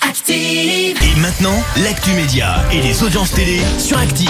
Active. Et maintenant, l'actu média et les audiences télé sur Active.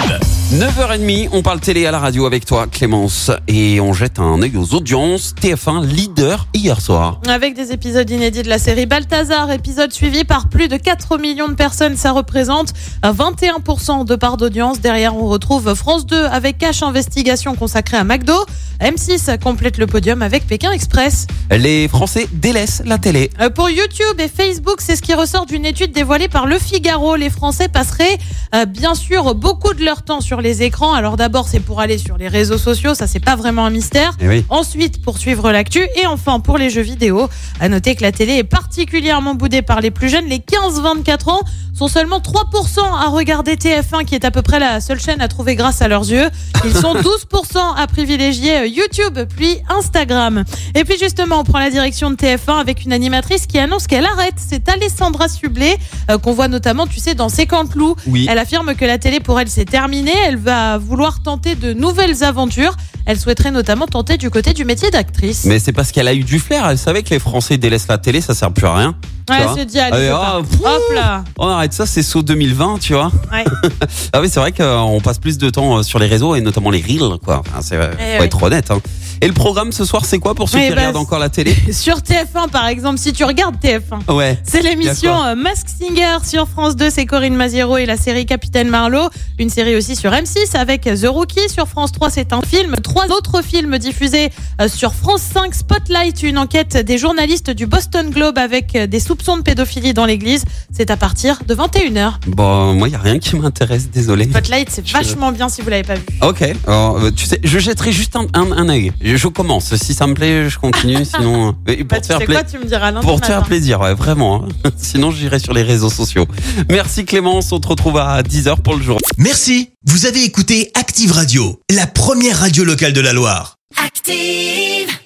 9h30, on parle télé à la radio avec toi, Clémence, et on jette un œil aux audiences. TF1 leader hier soir. Avec des épisodes inédits de la série Balthazar, épisode suivi par plus de 4 millions de personnes, ça représente 21% de part d'audience. Derrière, on retrouve France 2 avec Cash Investigation consacrée à McDo. M6 complète le podium avec Pékin Express. Les Français délaissent la télé. Euh, Pour YouTube et Facebook, c'est ce qui ressort d'une étude dévoilée par Le Figaro. Les Français passeraient euh, bien sûr beaucoup de leur temps sur les écrans. Alors d'abord, c'est pour aller sur les réseaux sociaux, ça c'est pas vraiment un mystère. Eh oui. Ensuite, pour suivre l'actu. Et enfin, pour les jeux vidéo, à noter que la télé est particulièrement boudée par les plus jeunes. Les 15-24 ans sont seulement 3% à regarder TF1, qui est à peu près la seule chaîne à trouver grâce à leurs yeux. Ils sont 12% à privilégier euh, YouTube, puis Instagram. Et puis justement, on prend la direction de TF1 avec une animatrice qui annonce qu'elle arrête. C'est Alessandra Sublet, euh, qu'on voit notamment, tu sais, dans Sécantelou. Oui. Elle affirme que la télé pour elle c'est terminé. Elle va vouloir tenter de nouvelles aventures. Elle souhaiterait notamment tenter du côté du métier d'actrice. Mais c'est parce qu'elle a eu du flair. Elle savait que les Français délaissent la télé, ça sert plus à rien. Ouais, tu elle vois. se dit, allez, Allez, faut ah, pas. pfff. hop là. On arrête ça, c'est saut 2020, tu vois. Ouais. Ah oui, c'est vrai qu'on passe plus de temps euh, sur les réseaux et notamment les reels, quoi. Enfin, c'est, faut Eh oui. être honnête. hein. Et le programme ce soir, c'est quoi pour ceux Eh qui ben, regardent encore la télé Sur TF1 par exemple, si tu regardes TF1. Ouais. C'est l'émission D'accord. euh, Mask Singer sur France 2, c'est Corinne Maziero et la série Capitaine Marlowe. Une série aussi sur M6 avec The Rookie. Sur France 3, c'est un film. Trois autres films diffusés euh, sur France 5. Spotlight, une enquête des journalistes du Boston Globe avec euh, des soupçons de pédophilie dans l'église. C'est à partir de 21h. Bon, moi, il n'y a rien qui m'intéresse, désolé. Spotlight, c'est vachement bien si vous l'avez pas vu. Ok, alors, euh, tu sais, je jetterai juste un, un, un œil. Je, je commence. Si ça me plaît, je continue. Sinon, euh, et pour Bah, te tu faire sais pla- quoi, tu me diras lundi Pour te faire matin. plaisir, ouais, vraiment. hein. Sinon, j'irai sur les réseaux sociaux. Merci Clémence, on te retrouve à 10h pour le jour. Merci, vous avez écouté Active Radio, la première radio locale de la Loire. Active.